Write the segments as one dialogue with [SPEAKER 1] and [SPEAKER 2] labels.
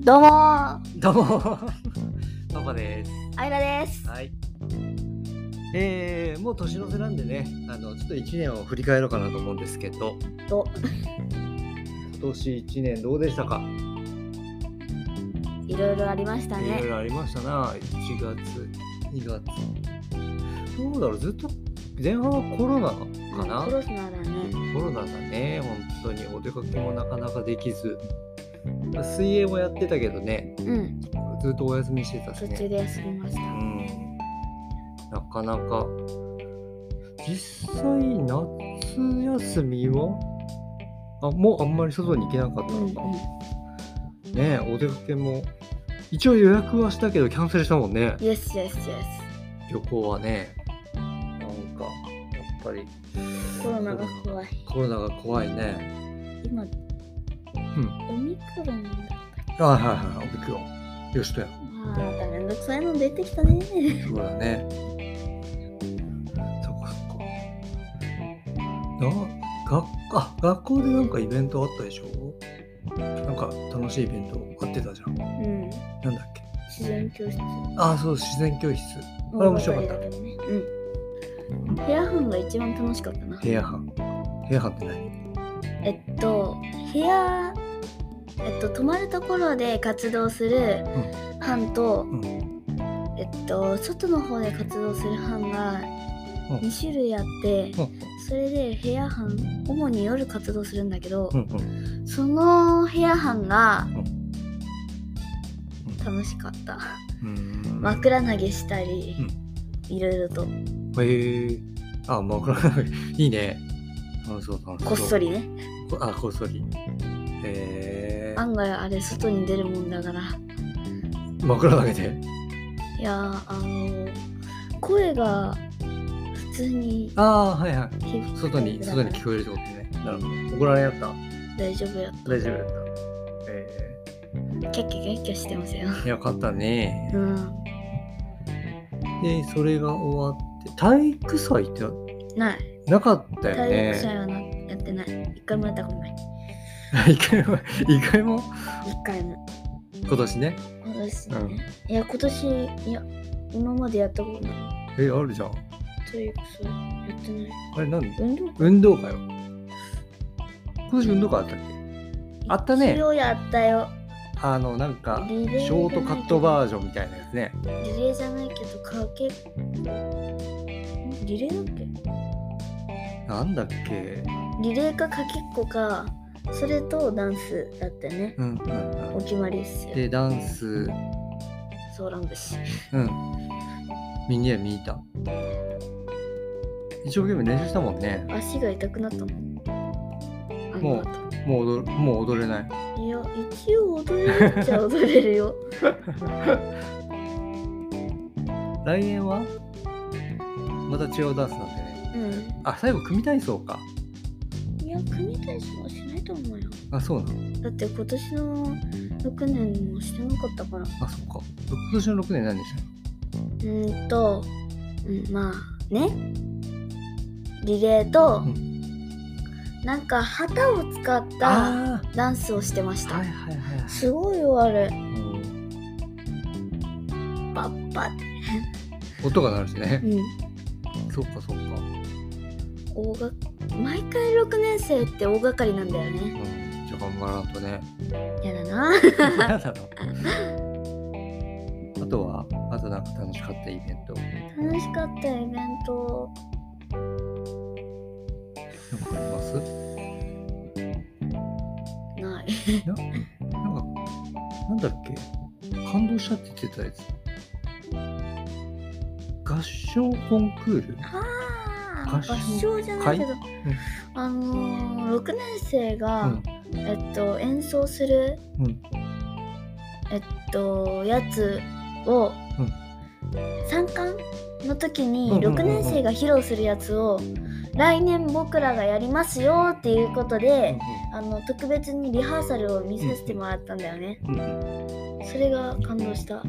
[SPEAKER 1] どうもー、
[SPEAKER 2] どうも パパです。
[SPEAKER 1] あいらです。
[SPEAKER 2] はい。えー、もう年の瀬なんでね、あのちょっと1年を振り返ろうかなと思うんですけど、
[SPEAKER 1] と、
[SPEAKER 2] 今年1年どうでしたか、
[SPEAKER 1] いろいろありました
[SPEAKER 2] いろい
[SPEAKER 1] ね。
[SPEAKER 2] ろありましたな、1月、2月。どうだろう、ずっと前半はコロナかな、
[SPEAKER 1] クロスナーだね。
[SPEAKER 2] コロナだね、本当にお出かけもなかなかできず、水泳もやってたけどね、
[SPEAKER 1] うん、
[SPEAKER 2] ずっとお休みしてたし
[SPEAKER 1] 途
[SPEAKER 2] ね。
[SPEAKER 1] 中で休みました。
[SPEAKER 2] うんなかなか実際夏休みはあもうあんまり外に行けなかった
[SPEAKER 1] うん、う
[SPEAKER 2] の
[SPEAKER 1] ん
[SPEAKER 2] か、、ねえお出かけも一応予約はしたけどキャンセルしたもんね
[SPEAKER 1] イエスイエスイエ
[SPEAKER 2] 旅行はねなんかやっぱり
[SPEAKER 1] ス。コロナが怖い。
[SPEAKER 2] コロナが怖いね
[SPEAKER 1] 今、
[SPEAKER 2] ん
[SPEAKER 1] オミクロンだ。
[SPEAKER 2] はいはいはいオミクロンよしとや
[SPEAKER 1] まあ、まためんどくさいの出てきたね。
[SPEAKER 2] そうだね。そっかそっか。な学あ学校でなんかイベントあったでしょなんか楽しいイベントあってたじゃん。な
[SPEAKER 1] うん、
[SPEAKER 2] んだっけ
[SPEAKER 1] 自然教室。
[SPEAKER 2] ああ、そう、自然教室。あれ面白かった
[SPEAKER 1] 大掛かりだけどね。うん。ヘアハンが一番楽しかったな。
[SPEAKER 2] ヘアハン。ヘアハンって何
[SPEAKER 1] えっと部屋えっと泊まるところで活動する班と、
[SPEAKER 2] うん。
[SPEAKER 1] えっと外の方で活動する班が
[SPEAKER 2] うん
[SPEAKER 1] 2種類あって、
[SPEAKER 2] うん
[SPEAKER 1] それで部屋班主に夜活動するんだけど
[SPEAKER 2] う、んうん。
[SPEAKER 1] その部屋班が
[SPEAKER 2] うん
[SPEAKER 1] 楽しかった
[SPEAKER 2] うん。
[SPEAKER 1] 枕投げしたり、いろいろと
[SPEAKER 2] へえ。あ、枕投げ。いいね。楽しそう、楽しそう。
[SPEAKER 1] こっそ。りね
[SPEAKER 2] あ、こっそり。へえ。
[SPEAKER 1] 案外あれ外に出るもんだから
[SPEAKER 2] 枕投げて。
[SPEAKER 1] いやーあの声が普通に
[SPEAKER 2] ああ、はいはい。
[SPEAKER 1] 響く
[SPEAKER 2] 外に外に聞こえるってことね。なるほど。怒られやった。
[SPEAKER 1] 大丈夫や
[SPEAKER 2] 大丈夫やった。え
[SPEAKER 1] キャッキャキャッキャしてますよ
[SPEAKER 2] ー、よかったね
[SPEAKER 1] う。ん
[SPEAKER 2] で、それが終わって、体育祭って
[SPEAKER 1] ない
[SPEAKER 2] なかったよ
[SPEAKER 1] 体育
[SPEAKER 2] ね。
[SPEAKER 1] 祭はなやってない一回もやったことない
[SPEAKER 2] 一回も、 一回も
[SPEAKER 1] 一回も
[SPEAKER 2] 今年ね。
[SPEAKER 1] 今年ね、いや今年いや今までやったことない
[SPEAKER 2] え、あるじゃん。
[SPEAKER 1] 体育祭やってない
[SPEAKER 2] あれ何
[SPEAKER 1] 運動会
[SPEAKER 2] 運動会は今年運動会あったっけあったね
[SPEAKER 1] 一応やったよ
[SPEAKER 2] あの、なんか、シ
[SPEAKER 1] リレー
[SPEAKER 2] ョートカットバージョンみたいなやつね。
[SPEAKER 1] リレーじゃないけどかけリレーだっけ
[SPEAKER 2] なんだっけ
[SPEAKER 1] リレーかかけっこかそれとダンスだったよね
[SPEAKER 2] うんうん
[SPEAKER 1] お決まりっす
[SPEAKER 2] うん。
[SPEAKER 1] よ
[SPEAKER 2] で、ダンス、
[SPEAKER 1] ソーラン節
[SPEAKER 2] うん。ミニや見た。一生懸命練習したもんね。
[SPEAKER 1] 足が痛くなったもんあの
[SPEAKER 2] もう
[SPEAKER 1] 後
[SPEAKER 2] もう踊るもう踊れない。
[SPEAKER 1] いや、一応踊れるっちゃ踊れる よ。
[SPEAKER 2] 来年はまた違うダンスなんでね。
[SPEAKER 1] うん。
[SPEAKER 2] あ、最後、組体操か。
[SPEAKER 1] いや、組体操はしないと思うよ。
[SPEAKER 2] あ、そうなの。
[SPEAKER 1] だって今年の6年もしてなかったから。う
[SPEAKER 2] あ、そうか。今年の6年何でした
[SPEAKER 1] ーんと、うん、まあ、ね。リレーと、
[SPEAKER 2] う
[SPEAKER 1] なんか旗を使った
[SPEAKER 2] あ
[SPEAKER 1] ダンスをしてまし
[SPEAKER 2] ー
[SPEAKER 1] た。
[SPEAKER 2] はいはいはいはい。
[SPEAKER 1] すごいよ、あれ。
[SPEAKER 2] うん
[SPEAKER 1] パッパって。
[SPEAKER 2] 音が鳴るしね。
[SPEAKER 1] うん。
[SPEAKER 2] そっかそっか。
[SPEAKER 1] 大が毎回6年生って大掛かりなんだよね。
[SPEAKER 2] うん。じゃあ頑張らん とね。
[SPEAKER 1] やだな。
[SPEAKER 2] 嫌だろ。あとは、あとなんか楽しかったイベント。
[SPEAKER 1] 楽しかったイベント。
[SPEAKER 2] なんかあります
[SPEAKER 1] ない。
[SPEAKER 2] なんか、なんだっけ感動したって言ってたやつ。合唱コンクール
[SPEAKER 1] あ
[SPEAKER 2] 合
[SPEAKER 1] 合
[SPEAKER 2] 唱
[SPEAKER 1] 唱じゃないけど、あのー、6年生が、えっと、演奏する、
[SPEAKER 2] うん
[SPEAKER 1] えっとやつを、
[SPEAKER 2] うん
[SPEAKER 1] 参観の時
[SPEAKER 2] うん
[SPEAKER 1] に
[SPEAKER 2] うんうんうん
[SPEAKER 1] 6年生が披露するやつを、来年僕らがやりますよっていうことで、あの特別にリハーサルを見させてもらったんだよね。
[SPEAKER 2] うん。うんうん。
[SPEAKER 1] それが感動した。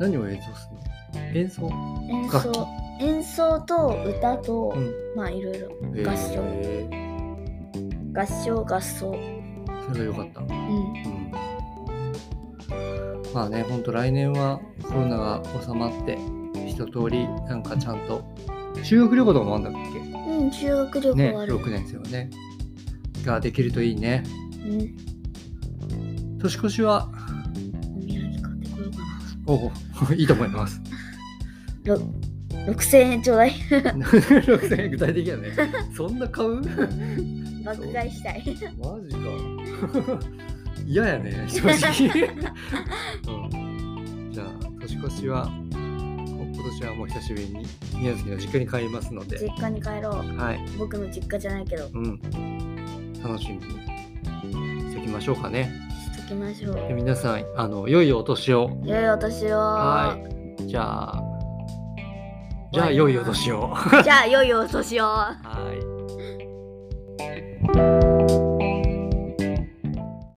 [SPEAKER 2] 何を演奏するの演奏
[SPEAKER 1] 演
[SPEAKER 2] 楽
[SPEAKER 1] 奏演奏と歌と、
[SPEAKER 2] うん
[SPEAKER 1] まあいろいろ
[SPEAKER 2] へー
[SPEAKER 1] 合唱合唱合奏。
[SPEAKER 2] それが良かった。
[SPEAKER 1] うん
[SPEAKER 2] うん。まあね、ほんと来年はコロナが収まって、一通りなんかちゃんと、修学旅行とかもあるんだっけ
[SPEAKER 1] うん、修学旅
[SPEAKER 2] ね、
[SPEAKER 1] 行ある。
[SPEAKER 2] 6年生はね。ができるといいね。
[SPEAKER 1] うん。
[SPEAKER 2] 年越しは、
[SPEAKER 1] お土産買ってこようかな。
[SPEAKER 2] お お、いいと思い ます。
[SPEAKER 1] ろ6000円ちょうだい。
[SPEAKER 2] 6000円具体的やね。そんな買 う
[SPEAKER 1] 爆買いしたい。
[SPEAKER 2] マジか。 嫌やね、正 直。うん、じゃあ、年越しは、今年はもう久しぶりに宮崎の実家に帰りますので、
[SPEAKER 1] 実家に帰ろう。
[SPEAKER 2] はい。
[SPEAKER 1] 僕の実家じゃないけど、し
[SPEAKER 2] うん、楽しみにしておきましょうかね。
[SPEAKER 1] ときましょう。
[SPEAKER 2] で皆さん、あの、良いお年を。
[SPEAKER 1] 良いお年を。
[SPEAKER 2] はい。じゃあ、じゃあ、良いお年を。は
[SPEAKER 1] じゃあ、良いお年を。
[SPEAKER 2] い。